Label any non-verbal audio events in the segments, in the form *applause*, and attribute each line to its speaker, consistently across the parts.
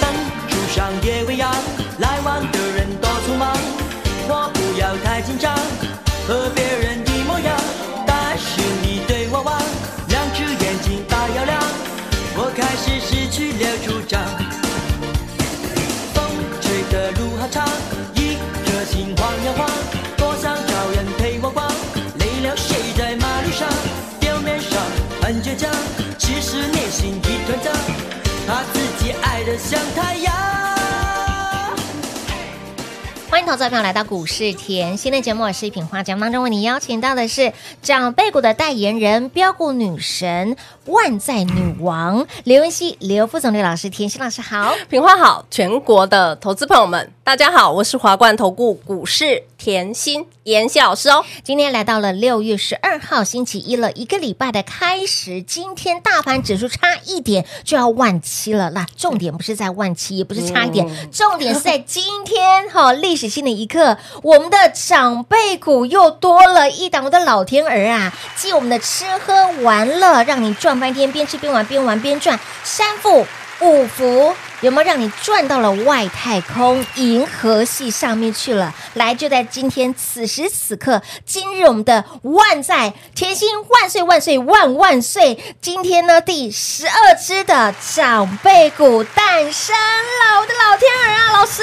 Speaker 1: 灯树上夜未央，来往的人多匆忙。我不要太紧张，和别人一模样。但是你对我望，两只眼睛发摇亮，我开始失去了主张。风吹的路好长，一颗心晃呀晃，多想找人陪我逛。累了睡在马路上，表面上很倔强，其实内心一团糟，怕自己爱得像太阳。
Speaker 2: 欢迎投资者朋友来到股市甜心的节目，我是一品花节目当中为你邀请到的是长辈股的代言人、标股女神、万载女王刘文熙、刘副总、刘老师、甜心老师好。
Speaker 3: 品花好，全国的投资朋友们，大家好，我是华冠投顾股市甜心妍希老师哦。
Speaker 2: 今天来到了六月十二号星期一了，一个礼拜的开始，今天大盘指数差一点就要万七了。那重点不是在万七，也不是差一点，重点是在今天哈、历史性的一刻，我们的长辈股又多了一档，我的老天儿啊！继我们的吃喝玩乐，让你赚翻天，边吃边玩，边玩边赚，三富五福有没有让你赚到了外太空银河系上面去了？来，就在今天此时此刻，今日我们的万载甜心万岁万岁万万岁！今天呢，第十二只的长辈股诞生了，我的老天儿啊，老师，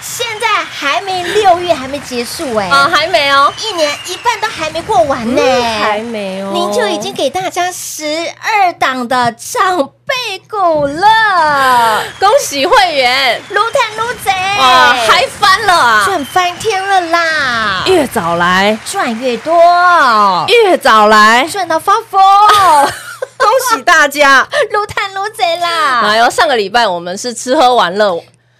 Speaker 2: 现在还没六月，还没结束哎、
Speaker 3: 啊，还没哦，嗯
Speaker 2: 一年一半都还没过完呢、
Speaker 3: 还没哦，
Speaker 2: 您就已经给大家十二档的长辈股 *laughs* 了，
Speaker 3: 恭喜会员
Speaker 2: 撸探撸贼
Speaker 3: 哇，嗨翻了啊！
Speaker 2: 赚翻天了啦，
Speaker 3: 越早来
Speaker 2: 赚越多，
Speaker 3: 越早来，
Speaker 2: 赚到发 *laughs* 疯，
Speaker 3: 恭喜大家！
Speaker 2: 撸探撸贼啦，
Speaker 3: *laughs* 哎呦，上个礼拜我们是吃喝玩乐，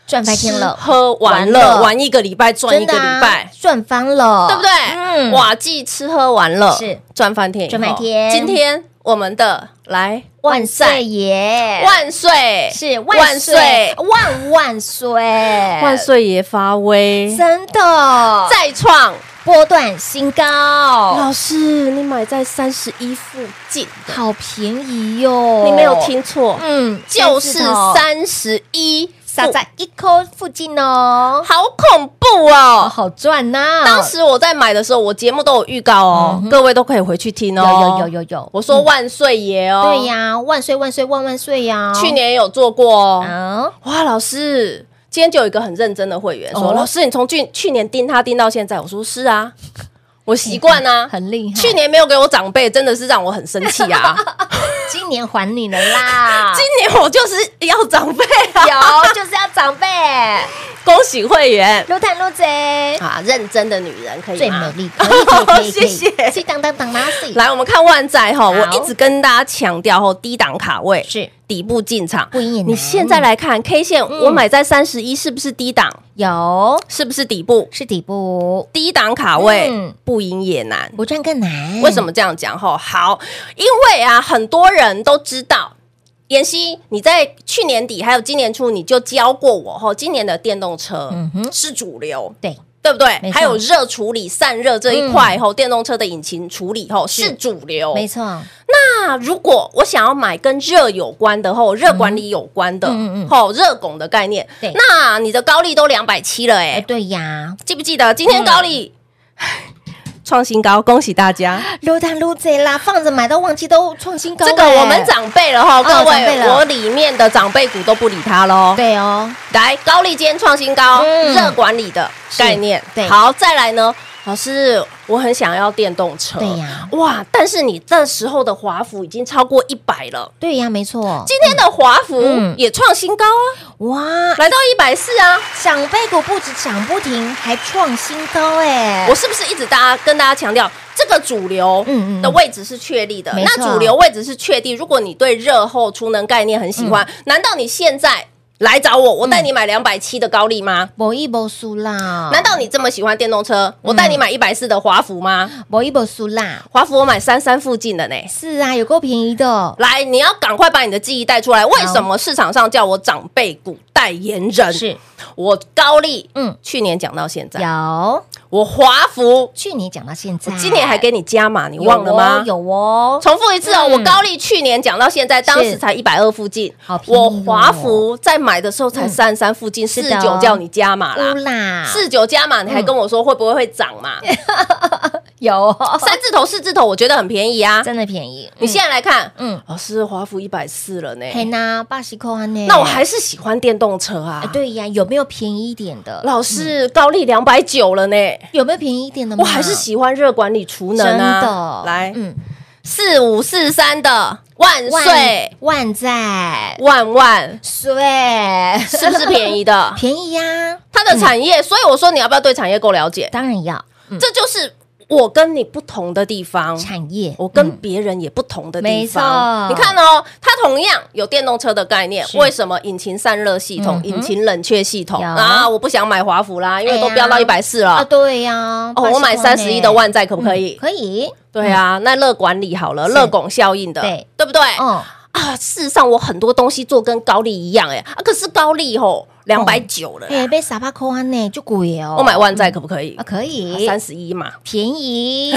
Speaker 2: 赚翻天了
Speaker 3: 吃，喝玩
Speaker 2: 玩
Speaker 3: 乐
Speaker 2: 乐
Speaker 3: 玩一个礼拜赚一个礼
Speaker 2: 真的啊
Speaker 3: 拜。
Speaker 2: 赚翻了，
Speaker 3: 对不对？
Speaker 2: 嗯，哇，
Speaker 3: 哇，既吃喝玩乐
Speaker 2: 是
Speaker 3: 赚翻天以后，
Speaker 2: 赚翻天
Speaker 3: 今天我们的来
Speaker 2: 万岁爷，
Speaker 3: 万岁
Speaker 2: 是万岁，万万岁，
Speaker 3: 万，岁爷发威，
Speaker 2: 真的
Speaker 3: 再创。
Speaker 2: 波段新高。
Speaker 3: 老师，你买在三十一附近，
Speaker 2: 好便宜哟、哦！
Speaker 3: 你没有听错，
Speaker 2: 嗯，
Speaker 3: 就是
Speaker 2: 三
Speaker 3: 三十一，
Speaker 2: 撒在一颗附近哦，
Speaker 3: 好恐怖哦！
Speaker 2: 好赚呐、
Speaker 3: 当时我在买的时候，我节目都有预告哦
Speaker 2: 嗯，哼
Speaker 3: 各位都可以回去听
Speaker 2: 有
Speaker 3: 哦。
Speaker 2: 有有有有，
Speaker 3: 我说万岁爷哦，
Speaker 2: 嗯对、呀，万岁万岁万万岁呀！
Speaker 3: 去年也有做过哦。
Speaker 2: 啊，
Speaker 3: 哇，老师，今天就有一个很认真的会员说：“
Speaker 2: 哦
Speaker 3: 老师，你从去去年盯他盯到现在。”我说：“是啊，我习惯 *laughs* 啊。
Speaker 2: 很厉害，
Speaker 3: 去年没有给我长辈，真的是让我很生气
Speaker 2: *laughs*
Speaker 3: 啊。
Speaker 2: 今年还你了
Speaker 3: *laughs*
Speaker 2: 啦，
Speaker 3: 今年我就是要长辈啊！
Speaker 2: 有就是 *laughs* 要长辈，
Speaker 3: 恭喜会员
Speaker 2: 撸探撸贼
Speaker 3: 啊，认真的女人可以
Speaker 2: 最
Speaker 3: 吗
Speaker 2: 美丽，可以可以可
Speaker 3: *laughs*
Speaker 2: 以，
Speaker 3: 谢谢
Speaker 2: 是当当当当，是
Speaker 3: 来，我们看万载哈，
Speaker 2: 好
Speaker 3: 我一直跟大家强调吼，低档卡位
Speaker 2: 是
Speaker 3: 底部进场。
Speaker 2: 不嗯赢也
Speaker 3: 你
Speaker 2: 难
Speaker 3: 现在来看 K 线，我买在三十一，是不是低档？
Speaker 2: 有
Speaker 3: 是不是底部？
Speaker 2: 是底部，
Speaker 3: 低档卡位、
Speaker 2: 嗯
Speaker 3: 不赢也难。
Speaker 2: 不赚更难，
Speaker 3: 为什？么这样讲？吼，好，因为啊，很多人都知道，妍希，你在去年底还有今年初，你就教过我，吼，今年的电动车
Speaker 2: 嗯哼
Speaker 3: 是主流，
Speaker 2: 对，
Speaker 3: 对不对
Speaker 2: 没？错嗯
Speaker 3: 还有热处理、散热这一块，吼，电动车的引擎处理，吼，是主流。
Speaker 2: 没错，
Speaker 3: 哎那如果我想要买跟热有关的，吼，热管理有关的
Speaker 2: 嗯嗯嗯，
Speaker 3: 吼，热拱的概念
Speaker 2: 对，
Speaker 3: 那你的高利都两百七了，
Speaker 2: 哎，
Speaker 3: 哎，
Speaker 2: 对呀，
Speaker 3: 记不记得今天高利
Speaker 2: 嗯
Speaker 3: *laughs* 创新高？恭喜大家！
Speaker 2: 撸蛋撸贼啦，放着买到忘记都创新高、哎哦
Speaker 3: 这个我们长辈了哈，各
Speaker 2: 长辈
Speaker 3: 位，
Speaker 2: 了
Speaker 3: 我里面的长辈股都不理他喽。
Speaker 2: 对哦，
Speaker 3: 来，高利今天创新高，
Speaker 2: 嗯
Speaker 3: 热管理的概念
Speaker 2: 是对。
Speaker 3: 好，再来呢，老师，我很想要电动车。
Speaker 2: 对呀
Speaker 3: 哇！但是你这时候的华孚已经超过一百了，
Speaker 2: 对呀，没错，
Speaker 3: 今天的华孚
Speaker 2: 嗯
Speaker 3: 也创新高啊，
Speaker 2: 哇，
Speaker 3: 来到一百四啊！
Speaker 2: 长辈股不止涨不停，还创新高哎、
Speaker 3: 我是不是一直大家跟大家强调，这个主流
Speaker 2: 嗯嗯嗯
Speaker 3: 的位置是确立的？
Speaker 2: 没
Speaker 3: 那
Speaker 2: 错
Speaker 3: 主流位置是确定。如果你对热后储能概念很喜
Speaker 2: 嗯
Speaker 3: 欢，难道你现在来找我，我带你买两百七的高利吗？
Speaker 2: 博一博输啦，
Speaker 3: 难道你这么喜欢电动
Speaker 2: 嗯
Speaker 3: 车，我带你买一百四的华孚吗？
Speaker 2: 博一博输啦？
Speaker 3: 华孚我买三三附近的呢。
Speaker 2: 是啊，有够便宜的，
Speaker 3: 来，你要赶快把你的记忆带出来。为什么市场上叫我长辈股代言人？
Speaker 2: 是
Speaker 3: 我高利，嗯
Speaker 2: 嗯，
Speaker 3: 去年讲到现在，
Speaker 2: 有。
Speaker 3: 我华孚，
Speaker 2: 去年讲到现在
Speaker 3: 我，今年还给你加码，你忘了吗？
Speaker 2: 有哦，有哦
Speaker 3: 重复一次哦，
Speaker 2: 嗯
Speaker 3: 我高利去年讲到现在，当时才一百二附近
Speaker 2: 好，便宜哦嗯
Speaker 3: 我华孚在买的时候才三三附近，四
Speaker 2: 是的哦
Speaker 3: 九叫你加码
Speaker 2: 乌
Speaker 3: 啊啦，
Speaker 2: 啦，
Speaker 3: 四九加码，你还跟我说会不会会涨嘛？
Speaker 2: 嗯有哦，
Speaker 3: *laughs* 三字头、四字头，我觉得很便宜啊。
Speaker 2: *laughs* 真的便宜。
Speaker 3: 你现在来看，嗯
Speaker 2: 嗯，
Speaker 3: 老师华孚一百四了呢，
Speaker 2: 嘿呐，巴西扣安呢？
Speaker 3: 那我还是喜欢电动车啊
Speaker 2: 哎。对呀，有没有便宜一点的？
Speaker 3: 老师高利两百九了呢，
Speaker 2: 有没有便宜一点的吗？
Speaker 3: 我还是喜欢热管理储能啊。
Speaker 2: 真的
Speaker 3: 来
Speaker 2: 嗯，
Speaker 3: 四五四三的万
Speaker 2: 万
Speaker 3: 岁
Speaker 2: 万在
Speaker 3: 万万，
Speaker 2: 岁，？
Speaker 3: 是不是便宜的
Speaker 2: 便宜呀？
Speaker 3: 它的产业，所以我说你要不要对产业够了解？
Speaker 2: 当然要嗯
Speaker 3: 这就是我跟你不同的地方。
Speaker 2: 产业，
Speaker 3: 我跟
Speaker 2: 嗯
Speaker 3: 别人也不同的地方，
Speaker 2: 嗯没错
Speaker 3: 你看哦，它同样有电动车的概念，
Speaker 2: 是
Speaker 3: 为什么引擎散热系统
Speaker 2: 嗯、哼
Speaker 3: 引擎冷却系统
Speaker 2: 有
Speaker 3: 啊？我不想买华孚啦，因为都
Speaker 2: 哎呀
Speaker 3: 飙到一百四
Speaker 2: 啊，
Speaker 3: 了。
Speaker 2: 对呀，
Speaker 3: 哦，我买
Speaker 2: 巴
Speaker 3: 三
Speaker 2: 西扣安呢嗯
Speaker 3: 十一的万载可不可以？
Speaker 2: 可以，嗯
Speaker 3: 对啊，那热管理好了，
Speaker 2: 是
Speaker 3: 热拱效应的，
Speaker 2: 对
Speaker 3: 对不对？
Speaker 2: 哦，
Speaker 3: 啊，事实上我很多东西做跟高丽一样，哎，啊，可是高丽吼两百九了啦，
Speaker 2: 哎，被傻巴扣安呢，就贵哦。
Speaker 3: 我买万载可不可以
Speaker 2: 啊，？可以，
Speaker 3: 三十一嘛。*laughs*
Speaker 2: 便宜，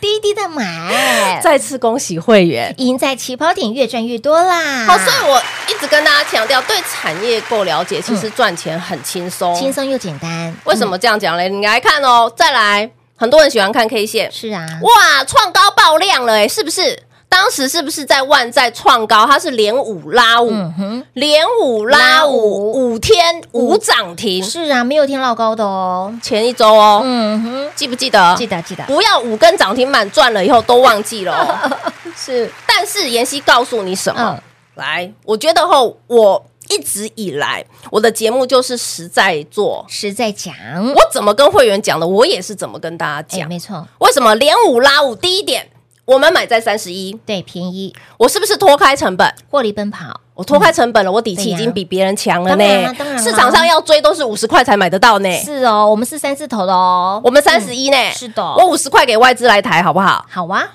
Speaker 2: 低低的买，
Speaker 3: 再次恭喜会员。
Speaker 2: 赢在起跑点，越赚越多啦。
Speaker 3: 好，哦所以我一直跟大家强调，对产业够了解，其实赚钱很轻松。
Speaker 2: 轻松又简单。
Speaker 3: 为什
Speaker 2: 嗯？
Speaker 3: 么这样讲嘞？你来看哦，再来，很多人喜欢看 K 线，
Speaker 2: 是啊，
Speaker 3: 哇，创高爆量了，哎，是不是？当时是不是在万载创高？它是连五拉五，
Speaker 2: 嗯哼，
Speaker 3: 连五拉
Speaker 2: 拉
Speaker 3: 五，
Speaker 2: 五
Speaker 3: 五天五涨停。
Speaker 2: 是啊，没有天老高的哦。
Speaker 3: 前一周哦，
Speaker 2: 嗯哼，
Speaker 3: 记不记得？
Speaker 2: 记。得记得，
Speaker 3: 不要五根涨停板赚了以后都忘记了、
Speaker 2: *laughs*
Speaker 3: 哦，是。但是妍希告诉你什么？
Speaker 2: 嗯，
Speaker 3: 来，我觉得吼，我一直以来我的节目就是实在做，
Speaker 2: 实在讲，
Speaker 3: 我怎么跟会员讲的，我也是怎么跟大家
Speaker 2: 哎，
Speaker 3: 讲。
Speaker 2: 没错，
Speaker 3: 为什么连五拉五？第一点，我们买在三十一，
Speaker 2: 对，便宜，
Speaker 3: 我是不是脱开成本？
Speaker 2: 获利奔跑，
Speaker 3: 我脱开成本了，我底气
Speaker 2: 嗯对
Speaker 3: 已
Speaker 2: 呀
Speaker 3: 经比别人强了
Speaker 2: 当然啦
Speaker 3: 呢
Speaker 2: 当然。啦啊
Speaker 3: 市场上要追都是五十块才买得到呢，
Speaker 2: 是哦，我们是三字头的哦，
Speaker 3: 我们三十一呢。
Speaker 2: 是的
Speaker 3: 我五十块给外资来抬，好不好？
Speaker 2: 好啊，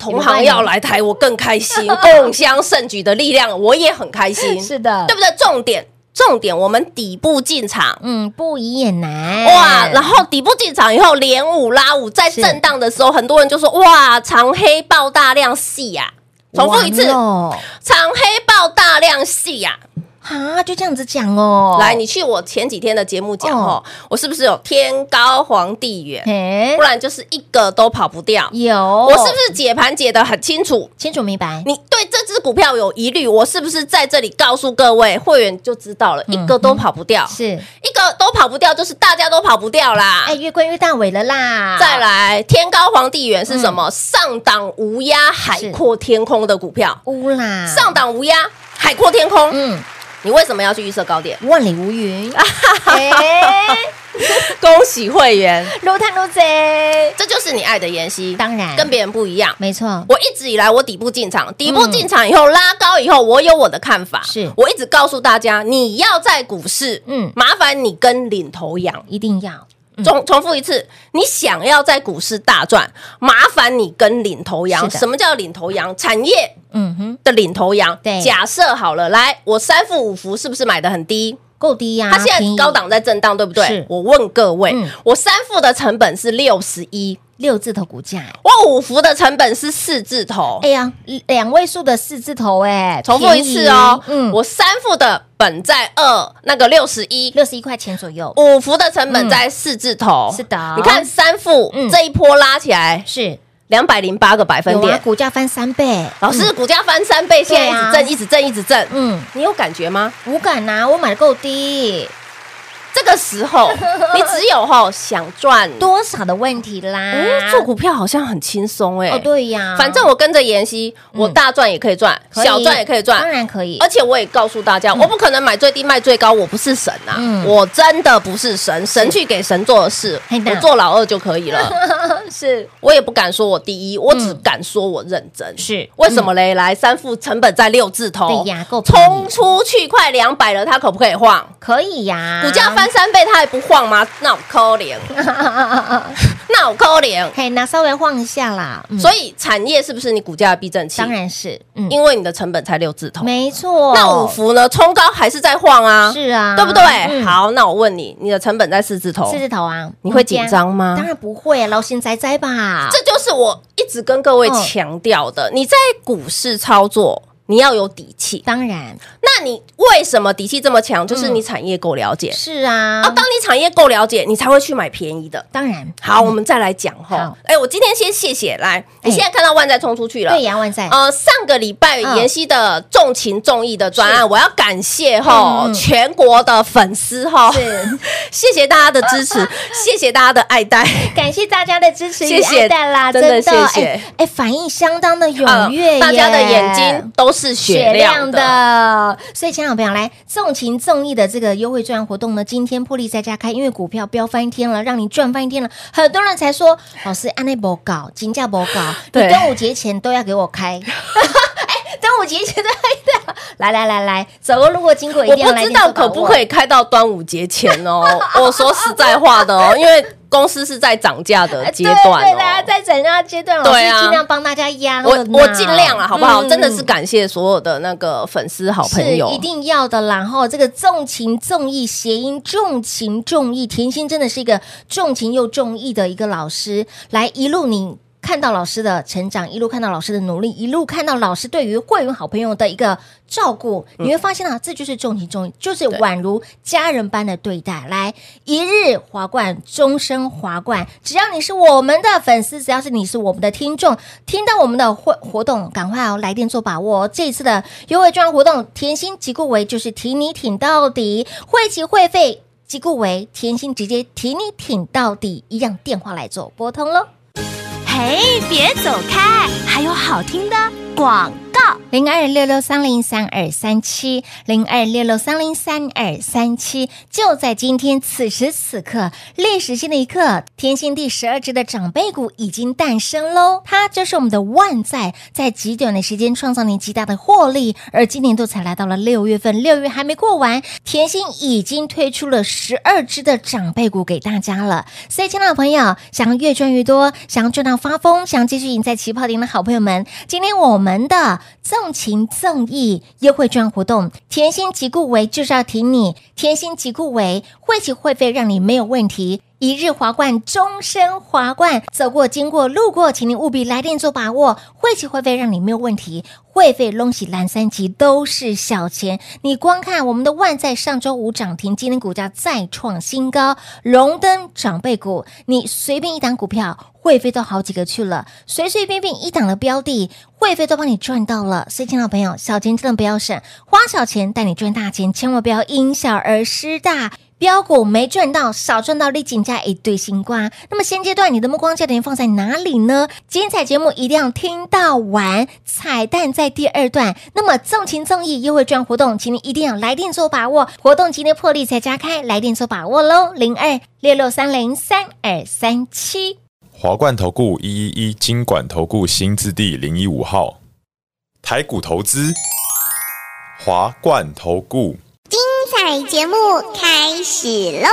Speaker 3: 同行要来抬，我更开
Speaker 2: *laughs*
Speaker 3: 心，共襄盛举的力量，我也很开心，
Speaker 2: 是的
Speaker 3: 对，不对？重点，重点，我们底部进场。
Speaker 2: 嗯，不宜也难，
Speaker 3: 哇，然后底部进场以后连五拉五，在
Speaker 2: 是
Speaker 3: 震荡的时候，很多人就说哇，长黑爆大量戏呀、重复一次，
Speaker 2: 完了
Speaker 3: 长黑爆大量戏呀、
Speaker 2: 啊，就这样子讲哦，
Speaker 3: 来，，你去我前几天的节目讲哦，我是不是有天高皇帝远？
Speaker 2: 嘿
Speaker 3: 不，然就是一个都跑不掉。
Speaker 2: 有，
Speaker 3: 我
Speaker 2: 我
Speaker 3: 是不是解盘解得很清楚？
Speaker 2: 清楚明白？
Speaker 3: 你对这只股票有疑虑，我是不是在这里告诉各位会员就知道了？一个都跑不掉，
Speaker 2: 是，
Speaker 3: 一个都跑不掉，就是大家都跑不掉啦。
Speaker 2: 哎，越关越大尾了啦，
Speaker 3: 再，来，天高皇帝远是什么？上档无压，海阔天空的股票。
Speaker 2: 乌啦，
Speaker 3: 上档无压，海阔天空。
Speaker 2: 嗯，？
Speaker 3: 你为什么要去预测高点
Speaker 2: 万里无云，
Speaker 3: *laughs*
Speaker 2: 哎，
Speaker 3: 恭喜会员，
Speaker 2: 如探如贼，
Speaker 3: 这就是你爱的妍希，
Speaker 2: 当然，
Speaker 3: 跟别人不一样。
Speaker 2: 没错，
Speaker 3: 我一直以来，我底部进场，底部进场以后、拉高以后，我有我的看法。
Speaker 2: 嗯是
Speaker 3: 我一直告诉大家，你要在股市，嗯
Speaker 2: 嗯，
Speaker 3: 麻烦你跟领头羊。
Speaker 2: 一定要
Speaker 3: 重重复一次，你想要在股市大赚，麻烦你跟领头羊。
Speaker 2: 是的
Speaker 3: 什么叫领头羊？产业
Speaker 2: 嗯哼，
Speaker 3: 的领头羊。
Speaker 2: 对
Speaker 3: 假设好了，来，我三副五福是不是买的很低？
Speaker 2: 够低呀、
Speaker 3: 它现
Speaker 2: 便
Speaker 3: 在
Speaker 2: 宜
Speaker 3: 高档在震荡，对不对
Speaker 2: 啊是？
Speaker 3: 我问各位，
Speaker 2: 嗯
Speaker 3: 我三副的成本是六十一，
Speaker 2: 六字头股价，
Speaker 3: 我五福的成本是四字头。
Speaker 2: 哎呀，两位数的四字头、哎，
Speaker 3: 重复一次哦，
Speaker 2: 便宜嗯，
Speaker 3: 我
Speaker 2: 我
Speaker 3: 三副的本在二那个六十一，
Speaker 2: 六十一块钱左右，
Speaker 3: 五福的成本在四字头，
Speaker 2: 嗯是的
Speaker 3: 你看三副
Speaker 2: 嗯
Speaker 3: 这一波拉起来
Speaker 2: 是
Speaker 3: 两百零八个百分
Speaker 2: 有啊，
Speaker 3: 点，
Speaker 2: 股价翻三倍，
Speaker 3: 老师股价翻三倍，现在一直
Speaker 2: 对啊
Speaker 3: 震，一直震，一直震，
Speaker 2: 嗯，
Speaker 3: 你有感觉吗？
Speaker 2: 嗯，无感呐、我买的够低，
Speaker 3: 这个时
Speaker 2: *laughs*
Speaker 3: 候你只有吼想赚，
Speaker 2: 多少的问题啦？
Speaker 3: 嗯做股票好像很轻松哎
Speaker 2: 哦，，对呀，
Speaker 3: 反正我跟着妍希，我大赚也可以赚，
Speaker 2: 可以
Speaker 3: 小赚也可以赚
Speaker 2: 当，然可以
Speaker 3: 而。且我也告诉大家，我不可能买最低卖最高，我不是神啊，
Speaker 2: 嗯
Speaker 3: 我真的不是神，神去给神做的事
Speaker 2: 嘿，呐
Speaker 3: 我做老二就可以
Speaker 2: *laughs*
Speaker 3: 了。是我也不敢说我第一，我只敢说我认真。
Speaker 2: 嗯是嗯
Speaker 3: 为什么嘞？来，三副成本在六字头，
Speaker 2: 对呀够便宜
Speaker 3: 冲出去快两百了，它可不可以晃？
Speaker 2: 可以呀，
Speaker 3: 股价翻三倍，它还不晃吗？那我扣
Speaker 2: *laughs*
Speaker 3: 脸，那我扣脸。
Speaker 2: 嘿，那稍微晃一下啦。嗯
Speaker 3: 所以产业是不是你股价的避震器？
Speaker 2: 当，然是，嗯，
Speaker 3: 因为你的成本才六字头。
Speaker 2: 没错。
Speaker 3: 那五福呢？冲高还是在晃啊？
Speaker 2: 是啊，
Speaker 3: 对不对？
Speaker 2: 嗯，
Speaker 3: 好，那我问你，你的成本在四字头，
Speaker 2: 四字头啊，
Speaker 3: 你会紧张吗
Speaker 2: 当然不会，啊劳心哉哉吧。
Speaker 3: 这就是我一直跟各位
Speaker 2: 嗯
Speaker 3: 强调的，你在股市操作。你要有底气，
Speaker 2: 当然
Speaker 3: 那你为什么底气这么强？就是
Speaker 2: 嗯
Speaker 3: 你产业够了解
Speaker 2: 是啊
Speaker 3: 啊。，当你产业够了解，你才会去买便宜的。
Speaker 2: 当然
Speaker 3: 好，我们再来讲哈
Speaker 2: 嗯好。
Speaker 3: 哎，我今天先谢谢来，你
Speaker 2: 哎
Speaker 3: 现在看到万载冲出去了，
Speaker 2: 嗯对呀，万载
Speaker 3: 呃，上个礼拜
Speaker 2: 哎嗯
Speaker 3: 妍希的重情重义的专案，我要感谢
Speaker 2: 嗯
Speaker 3: 吼
Speaker 2: 嗯
Speaker 3: 全国的粉丝吼， *laughs* 谢谢大家的支
Speaker 2: *laughs*
Speaker 3: 持，谢谢大家的爱戴。
Speaker 2: 感谢大家的支持与
Speaker 3: 谢谢
Speaker 2: 爱戴啦，
Speaker 3: 真的谢谢
Speaker 2: 哎哎，反应相当的踊跃耶，
Speaker 3: 嗯大家的眼睛都是雪亮的。
Speaker 2: 的。所以，亲爱的朋友，来纵情纵义的这个优惠券活动呢，今天破例在家开，因为股票飙翻天了，让你赚翻天了，很多人才
Speaker 3: *laughs*
Speaker 2: 说老师安内不搞，金价不搞，你
Speaker 3: 对
Speaker 2: 端午节前都要给
Speaker 3: *laughs*
Speaker 2: 我开。哎，端午节前都要给我来来来来，走过路过经过一
Speaker 3: 我
Speaker 2: 定要
Speaker 3: 不
Speaker 2: 来
Speaker 3: 知道
Speaker 2: 联手把
Speaker 3: 可
Speaker 2: 握
Speaker 3: 不可以开到端午节前
Speaker 2: *laughs*
Speaker 3: 哦。我说实在话的哦，因为公司是在涨价的阶段
Speaker 2: 哎对对，大家
Speaker 3: 哦。
Speaker 2: 在整个阶段，老
Speaker 3: 对
Speaker 2: 师
Speaker 3: 啊
Speaker 2: 尽量帮大家压了
Speaker 3: 我
Speaker 2: 啦。
Speaker 3: 我尽量啊了，好不好？
Speaker 2: 嗯
Speaker 3: 真的是感谢所有的那个粉丝好朋友
Speaker 2: 是一。定要的啦。然后这个重情重义，谐音重情重义，甜心真的是一个重情又重义的一个老师，来一路你。看到老师的成长，一路看到老师的努力，一路看到老师对于会员好朋友的一个照顾，你会发现啊，这就是重情重义，就是宛如家人般的对待。来，一日华冠，终身华冠。只要你是我们的粉丝，只要是你是我们的听众，听到我们的活活动，赶快哦来电做把握、哦。这一次的优惠券活动，甜心即顾为就是挺你挺到底，会籍会费即顾为，甜心直接挺你挺到底，一样电话来做拨通喽。
Speaker 4: 嘿，别走开，还有好听的广告。
Speaker 2: 零二六六三零三二三七，零二六六三零三二三七，就在今天此时此刻，历史性的一刻，天星第十二只的长辈股已经诞生喽。它就是我们的万载，在极短的时间创造你极大的获利，而今年度才来到了六月份，六月还没过完，甜心已经推出了十二只的长辈股给大家了。所以，亲爱的朋友，想要越赚越多，想要赚到发疯，想要继续赢在起跑点的好朋友们，今天我们的纵情纵义优惠券活动，甜心即顾为就是要挺你，甜心即顾为会籍会费让你没有问题。一日华冠，终身华冠。走过、经过、路过，请您务必来电做把握。会期会费让你没有问题，会费、隆喜、蓝三级都是小钱。你光看我们的万在上周五涨停，今天股价再创新高，荣登长辈股。你随便一档股票，会费都好几个去了，随随便便一档的标的，会费都帮你赚到了。所以，亲爱的朋友，小钱真的不要省，花小钱带你赚大钱，千万不要因小而失大。标股没赚到，少赚到立井价一对新瓜。那么现阶段你的目光焦点放在哪里呢？精彩节目一定要听到完，彩蛋在第二段。那么纵情纵义优惠券活动，请你一定要来电做把握。活动今天破例才加开，来电做把握喽，零二六六三零三二三七。
Speaker 5: 华冠投顾一一一金管投顾新字第零一五号，台股投资，华冠投顾。
Speaker 6: 彩节目开始喽！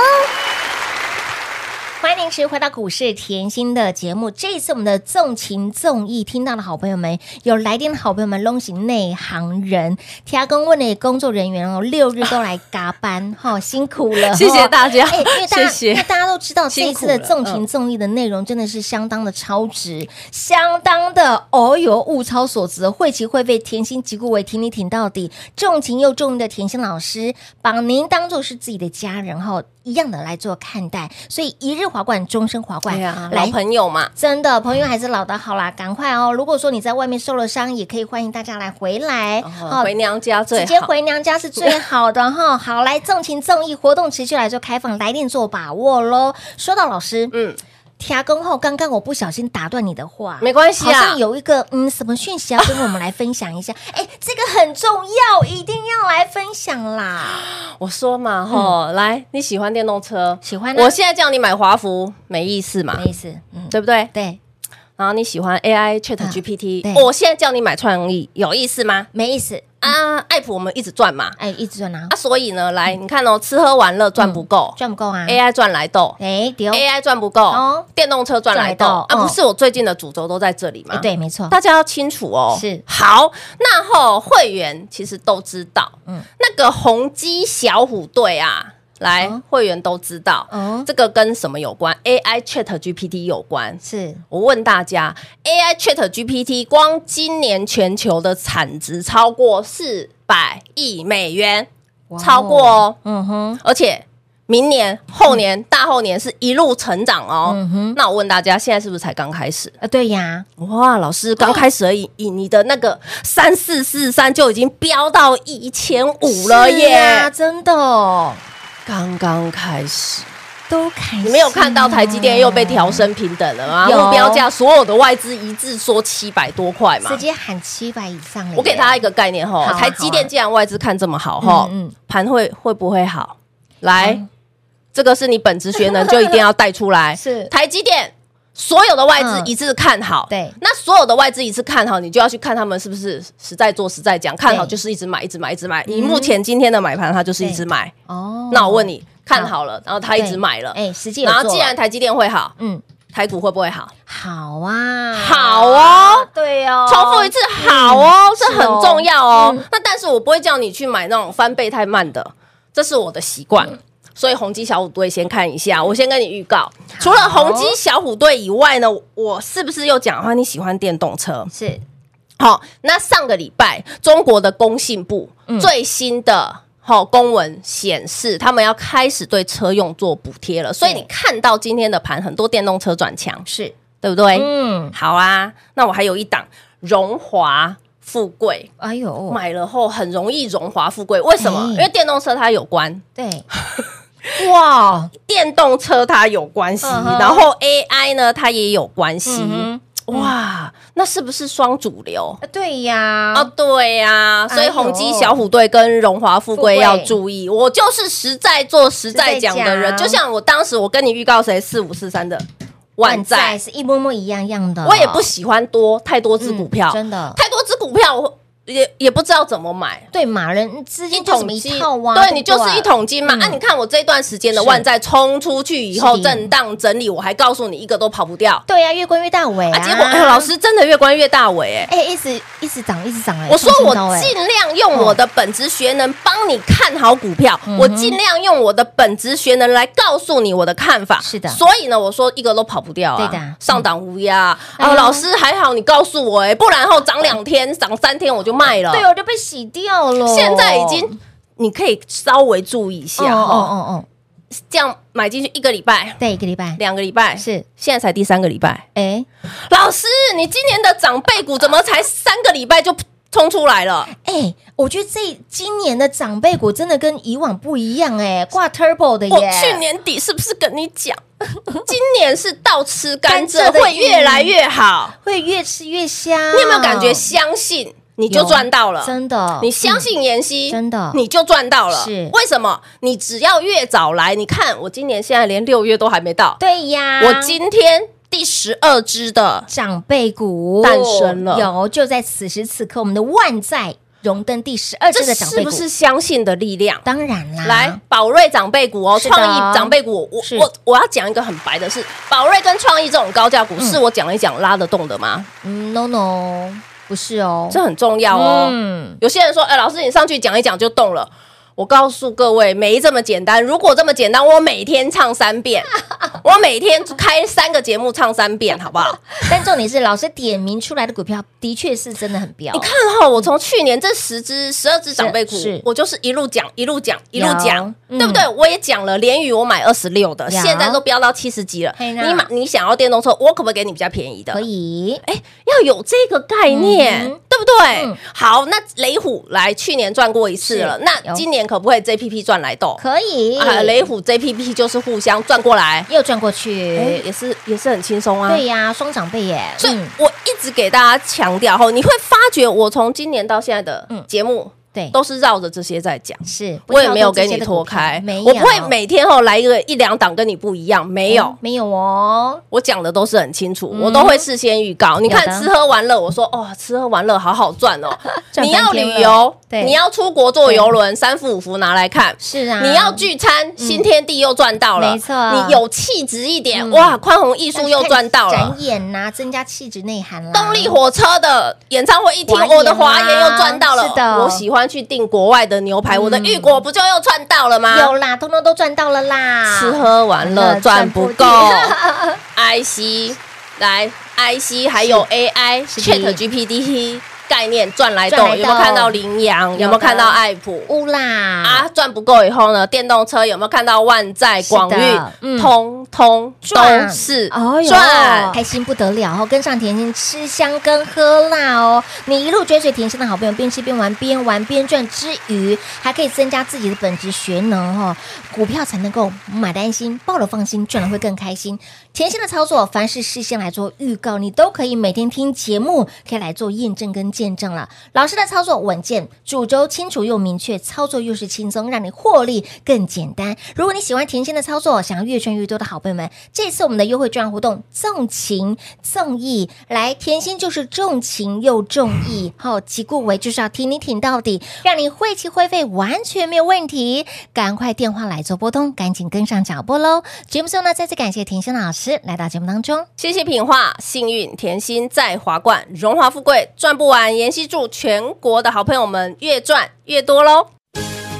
Speaker 2: 欢迎您持续回到股市甜心的节目。这一次我们的纵情纵义，听到的好朋友们，有来电的好朋友们，拢是内行人，提阿公问的工作人员哦，六日都来嘎班， *laughs* 哈、辛苦了，
Speaker 3: 谢谢
Speaker 2: 哈
Speaker 3: 大家
Speaker 2: 哎，因
Speaker 3: *laughs*
Speaker 2: 为大家，
Speaker 3: 谢谢
Speaker 2: 因为大家都知道这一
Speaker 3: 辛
Speaker 2: 次
Speaker 3: 苦
Speaker 2: 的
Speaker 3: 了嗯
Speaker 2: 纵情纵义的内容真的是相当的超值，相当的哦哟物超所值，会期会费甜心即顾为挺你挺到底，重情又重义的甜心老师，把您当做是自己的家人哈。一样的来做看待。所以一日华冠，终身华冠，
Speaker 3: 对啊，老
Speaker 2: 来
Speaker 3: 朋友嘛，
Speaker 2: 真的，朋友还是老的好啦，赶快哦！如果说你在外面受了伤，也可以欢迎大家来回来哦
Speaker 3: 回娘家最
Speaker 2: 直接
Speaker 3: 好。
Speaker 2: 回娘家是最好的哈。好，来纵情纵意活动持续来做开放，来电做把握喽。说到老师，
Speaker 3: 嗯，
Speaker 2: 调工后，刚刚我不小心打断你的话，
Speaker 3: 没关系
Speaker 2: 好
Speaker 3: 啊
Speaker 2: 像，有一个嗯什么讯息要跟我们来分享
Speaker 3: *laughs*
Speaker 2: 一下，哎，这个很重要，一定要来分享啦。
Speaker 3: 我说嘛吼，来，你喜欢电动车，
Speaker 2: 嗯喜欢啊
Speaker 3: 我现在叫你买华孚，没意思嘛
Speaker 2: 没，意思，嗯，
Speaker 3: 对不对？
Speaker 2: 对，
Speaker 3: 然后你喜欢 AI
Speaker 2: 啊
Speaker 3: Chat
Speaker 2: 对
Speaker 3: GPT，我现在叫你买创意，有意思吗？
Speaker 2: 没意思，
Speaker 3: 啊，爱普我们一直赚嘛，
Speaker 2: 哎，一直转啊
Speaker 3: 啊，，所以呢，来，你看哦，吃喝玩乐赚不够
Speaker 2: 赚不够啊，
Speaker 3: ，AI 赚来豆
Speaker 2: 哎，丢，
Speaker 3: ，AI 赚不
Speaker 2: 哦
Speaker 3: 够，电动车赚来豆
Speaker 2: 赚来豆
Speaker 3: 啊，
Speaker 2: 哦
Speaker 3: 不是我最近的主轴都在这里吗
Speaker 2: 哎？对，没错，
Speaker 3: 大家要清楚哦。
Speaker 2: 是
Speaker 3: 好，那后会员其实都知道，
Speaker 2: 嗯
Speaker 3: 嗯，那个宏基小虎队啊，来、
Speaker 2: 哦
Speaker 3: 会员都知道，
Speaker 2: 哦
Speaker 3: 这个跟什么有关？AI Chat GPT 有关。
Speaker 2: 是
Speaker 3: 我问大家，AI Chat GPT 光今年全球的产值超过四百亿美元，
Speaker 2: 哇哦
Speaker 3: 超过哦，
Speaker 2: 嗯哼，
Speaker 3: 而且。明年、后年、大后年是一路成长哦。
Speaker 2: 嗯哼
Speaker 3: 那我问大家，现在是不是才刚开始？
Speaker 2: 啊，对呀，
Speaker 3: 哇，老师刚开始而已，以你的那个三四四三就已经飙到一千五了
Speaker 2: 是啊
Speaker 3: 耶！
Speaker 2: 真的哦，
Speaker 3: 刚刚开始，
Speaker 2: 都开心啊，
Speaker 3: 你没有看到台积电又被调升平等了吗？
Speaker 2: 有
Speaker 3: 目标价所有的外资一致说七百多块嘛
Speaker 2: 直。接喊七百以上了耶。
Speaker 3: 我给大家一个概念吼
Speaker 2: 好啊，
Speaker 3: 台积
Speaker 2: 好啊
Speaker 3: 电既然外资看这么好吼
Speaker 2: 嗯嗯，
Speaker 3: 盘会会不会好？来，这个是你本职学能就一定要带出来。
Speaker 2: *laughs* 是
Speaker 3: 台积电。所有的外资
Speaker 2: 嗯
Speaker 3: 一致看好，
Speaker 2: 对
Speaker 3: 那所有的外资一致看好，你就要去看他们是不是实在做实在讲，看好就是一直买，一直买，一直买。
Speaker 2: 嗯
Speaker 3: 以目前今天的买盘，它就是一直买。
Speaker 2: 哦，
Speaker 3: 那我问你，看
Speaker 2: 好
Speaker 3: 好了，然后它
Speaker 2: 对，
Speaker 3: 一直买了，
Speaker 2: 哎，实际有
Speaker 3: 然后
Speaker 2: 做
Speaker 3: 既
Speaker 2: 了
Speaker 3: 然台积电会好，
Speaker 2: 嗯
Speaker 3: 台股会不会好？
Speaker 2: 好啊，
Speaker 3: 好哦，
Speaker 2: 对哦，
Speaker 3: 重复一次好哦，这
Speaker 2: 是哦
Speaker 3: 很重要哦
Speaker 2: 嗯。
Speaker 3: 那但是我不会叫你去买那种翻倍太慢的，这是我的习惯。
Speaker 2: 嗯
Speaker 3: 所以宏基小虎队先看一下，我先跟你预告。除了宏基小虎队以外呢，我是不是又讲话？你喜欢电动车？
Speaker 2: 是
Speaker 3: 好，那上个礼拜中国的工信部
Speaker 2: 嗯
Speaker 3: 最新的。好、公文显示他们要开始对车用做补贴了，所以
Speaker 2: 对
Speaker 3: 你看到今天的盘，很多电动车转强，
Speaker 2: 嗯是，
Speaker 3: 对不对？
Speaker 2: 嗯，
Speaker 3: 好啊，那我还有一档荣华富贵，
Speaker 2: 哎呦，
Speaker 3: 买了后很容易荣华富贵，为什么
Speaker 2: 哎？
Speaker 3: 因为电动车它有关， *laughs*
Speaker 2: 对，哇，
Speaker 3: 电动车它有关系，
Speaker 2: 嗯哼
Speaker 3: 然后 AI 呢它也有关系。
Speaker 2: 嗯
Speaker 3: 哇，那是不是双主流？
Speaker 2: 哼，呃对呀，
Speaker 3: 啊，对呀、所
Speaker 2: 哎
Speaker 3: 以
Speaker 2: 呦
Speaker 3: 宏基小虎队跟荣华富贵
Speaker 2: 富贵
Speaker 3: 要注意。我就是实在做实在讲的人，
Speaker 2: 实在讲
Speaker 3: 就像我当时我跟你预告谁四五四三的万载，
Speaker 2: 是一模模一样样的，
Speaker 3: 我也不喜欢多太多只
Speaker 2: 嗯
Speaker 3: 股票，
Speaker 2: 真的。
Speaker 3: 太多只股票，我也也不知道怎么买。
Speaker 2: 对嘛，人资金就是一
Speaker 3: 金
Speaker 2: 套啊，
Speaker 3: 对
Speaker 2: 不
Speaker 3: 你就是一桶金嘛。
Speaker 2: 嗯
Speaker 3: 啊，你看我这段时间的
Speaker 2: 是
Speaker 3: 万债冲出去以后，
Speaker 2: 是
Speaker 3: 震荡整理，我还告诉你一个都跑不掉
Speaker 2: 对呀，越关越大尾
Speaker 3: 啊。结果， *laughs* 哎呦，老，师真的越关越大尾哎。
Speaker 2: 哎，一直一直涨，一直涨，哎，
Speaker 3: 我说
Speaker 2: 创
Speaker 3: 我
Speaker 2: 新高哎
Speaker 3: 尽量用我的本职学能帮你看好股票，
Speaker 2: 嗯
Speaker 3: 我尽量用我的本职学能来告诉你我的看法。
Speaker 2: 是的
Speaker 3: 所以呢，我说一个都跑不掉啊，
Speaker 2: 对的
Speaker 3: 上档无压啊。
Speaker 2: 哎呦
Speaker 3: 啊老师还好你告诉我哎，不然后涨两天、涨三天我就卖了。
Speaker 2: 对，我就被洗掉了，
Speaker 3: 现在已经你可以稍微注意一
Speaker 2: 哦
Speaker 3: 下
Speaker 2: 哦
Speaker 3: 哦，
Speaker 2: 哦哦，
Speaker 3: 这样买进去一个礼拜、
Speaker 2: 对，一个礼拜
Speaker 3: 两个礼拜，
Speaker 2: 是，
Speaker 3: 现在才第三个礼拜。
Speaker 2: 哎
Speaker 3: 老师，你今年的长辈股怎么才三个礼拜就冲出来了？
Speaker 2: 哎，我觉得这今年的长辈股真的跟以往不一样哎，挂 turbo 的
Speaker 3: 我
Speaker 2: 耶，
Speaker 3: 哦去年底是不是跟你
Speaker 2: *laughs*
Speaker 3: 讲，今年是倒吃甘
Speaker 2: 甘
Speaker 3: 蔗
Speaker 2: 蔗的
Speaker 3: 会越来越好？
Speaker 2: 会越吃越香，
Speaker 3: 你有没有感觉相信你就赚到了？
Speaker 2: 真的，
Speaker 3: 你相信妍希、
Speaker 2: 嗯真的
Speaker 3: 你就赚到了。
Speaker 2: 是
Speaker 3: 为什么？你只要越早来，你看我今年现在连六月都还没到，
Speaker 2: 对呀，
Speaker 3: 我今天第十二只的，
Speaker 2: 长辈股
Speaker 3: 诞生了
Speaker 2: 有就在此时此刻，我们的万载荣登第十二
Speaker 3: 这
Speaker 2: 只的长
Speaker 3: 是
Speaker 2: 辈
Speaker 3: 不
Speaker 2: 股，
Speaker 3: 是相信的力量？
Speaker 2: 当然啦，
Speaker 3: 来，宝瑞长辈股哦，
Speaker 2: 是的
Speaker 3: 创意长辈股，我
Speaker 2: 是
Speaker 3: 我我要讲一个很白的是，宝瑞跟创意这种高价股，是我讲一讲拉得动的吗？
Speaker 2: 嗯，no no，不是哦，
Speaker 3: 这很重要哦。
Speaker 2: 嗯，
Speaker 3: 有些人说，哎，老师你上去讲一讲就动了，我告诉各位，没这么简单。如果这么简单，我每天唱三
Speaker 2: *laughs*
Speaker 3: 遍，我每天开三个节目唱三遍，好不
Speaker 2: *laughs*
Speaker 3: 好？
Speaker 2: 但重点是，老师点名出来的股票的确是真的很彪
Speaker 3: 你。看哈、我从去年这十只、十二只长辈股
Speaker 2: 是是，
Speaker 3: 我就是一路讲、一路讲、一路讲，
Speaker 2: 嗯
Speaker 3: 对不对？我也讲了，联宇我买二十六的，
Speaker 2: 有
Speaker 3: 现在都飙到七十几了。
Speaker 2: 嘿呐
Speaker 3: 你买你想要电动车，我可不可以给你比较便宜的？哎
Speaker 2: 可以，
Speaker 3: 要有这个概念，
Speaker 2: 嗯哼
Speaker 3: 对不对？
Speaker 2: 嗯
Speaker 3: 好，那雷虎来去年赚过一次了，
Speaker 2: 是有
Speaker 3: 那今年可不可以 JPP 赚来斗？
Speaker 2: 可以
Speaker 3: 啊，雷虎 JPP 就是互相赚过来，
Speaker 2: 又转过
Speaker 3: 哎
Speaker 2: 去，
Speaker 3: 也是也是很轻松啊。
Speaker 2: 对呀，双长辈耶，
Speaker 3: 所以
Speaker 2: 嗯
Speaker 3: 我一直给大家强调后，你会发觉我从今年到现在的
Speaker 2: 嗯
Speaker 3: 节目
Speaker 2: 对，
Speaker 3: 都是绕着这些在讲。
Speaker 2: 是
Speaker 3: 我也没有给你脱开，我不会每天后来一个一两档跟你不一样，没有，
Speaker 2: 没有哦，
Speaker 3: 我讲的都是很清楚，
Speaker 2: 嗯
Speaker 3: 我都会事先预告。你看
Speaker 2: 有的
Speaker 3: 吃喝玩乐，我说哦，吃喝玩乐好好赚哦。
Speaker 2: 赚翻
Speaker 3: 你要
Speaker 2: 天了
Speaker 3: 旅游，
Speaker 2: 对
Speaker 3: 你要出国坐游轮，三副五福拿来看。
Speaker 2: 是啊，
Speaker 3: 你要聚餐，新天地又赚到了，
Speaker 2: 没错
Speaker 3: 你有气质一点，
Speaker 2: 嗯哎
Speaker 3: 哇，宽宏艺术又赚到了
Speaker 2: 展。演呐，增加气质内涵啦，
Speaker 3: 动力火车的演唱会一听，
Speaker 2: 华研啊
Speaker 3: 我的华研又赚到了。
Speaker 2: 是的嗯
Speaker 3: 我喜欢去订国外的牛排，我的玉果不就又赚到了吗？
Speaker 2: 有啦，通通都赚到了啦，
Speaker 3: 啊吃喝玩乐啊赚不够 *laughs* ，IC 来 IC 还有 AI
Speaker 2: 是
Speaker 3: Chat GPT 概念赚来
Speaker 2: 赚
Speaker 3: 豆，
Speaker 2: 来
Speaker 3: 有
Speaker 2: 豆
Speaker 3: 没有看到羚羊？有没有看到爱普？
Speaker 2: 乌啦，
Speaker 3: 啊，赚不够以后呢？电动车有没有看到万载、
Speaker 2: 是的
Speaker 3: 广
Speaker 2: 嗯
Speaker 3: 域？通通
Speaker 2: 赚
Speaker 3: 都是
Speaker 2: 哦
Speaker 3: 赚。
Speaker 2: 开心不得了哦！跟上甜心吃香跟喝辣哦，你一路追随甜心的好朋友，边吃边玩，边玩边赚之余，还可以增加自己的本职学能哦，股票才能够买的安心，抱了放心，赚了会更开心。甜心的操作，凡是事先来做预告，你都可以每天听节目，可以来做验证跟见证了。老师的操作稳健，主轴清楚又明确，操作又是轻松，让你获利更简单。如果你喜欢甜心的操作，想要越赚越多的好朋友们，这次我们的优惠券活动纵情纵意来，甜心就是重情又重义，好、即顾为就是要挺你挺到底，让你晦气灰费完全没有问题。赶快电话来做拨通，赶紧跟上脚步喽！节目最后呢，再次感谢甜心老师来到节目当中。
Speaker 3: 谢谢品画、幸运、甜心在华冠，荣华富贵赚不完。妍希祝全国的好朋友们越赚越多喽！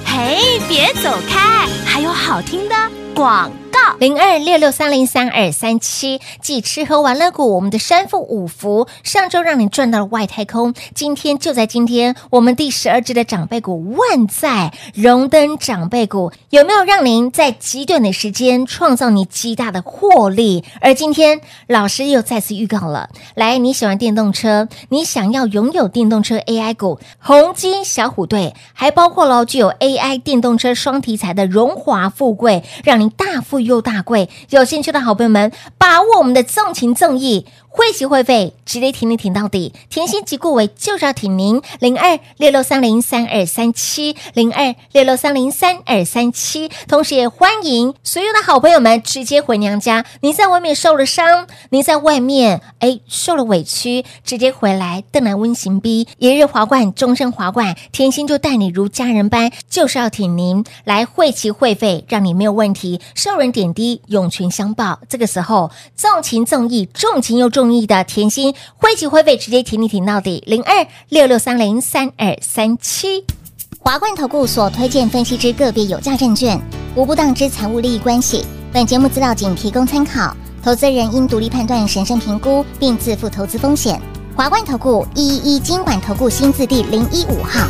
Speaker 4: 嘿，别走开，还有好听的广告。
Speaker 2: 零二六六三零三二三七，继吃喝玩乐谷，我们的三富五福，上周让你赚到了外太空，今天就在今天，我们第十二只的长辈股万载荣登长辈股，有没有让您在极短的时间创造你极大的获利？而今天老师又再次预告了，来，你喜欢电动车，你想要拥有电动车 AI 股，宏基小虎队，还包括了具有 AI 电动车双题材的荣华富贵，让您大富又大贵。有兴趣的好朋友们，把握我们的纵情纵义。会籍会费，直接挺你挺到底，甜心及顾伟就是要挺您零二六六三零三二三七零二六六三零三二三七，同时也欢迎所有的好朋友们直接回娘家。您在外面受了伤，您在外面哎受了委屈，直接回来邓来温行逼，一日华冠，终身华冠，甜心就待你如家人般，就是要挺您来汇齐会费，让你没有问题，受人点滴，涌泉相报。这个时候纵情纵义，重情又重义的甜心，汇齐会费直接挺你挺到底，零二六六三零三二三七。
Speaker 6: 华冠投顾所推荐分析之个别有价证券，无不当之财务利益关系。本节目资料仅提供参考，投资人应独立判断、审慎评估，并自负投资风险。华冠投顾一一一金管投顾新字第零一五号。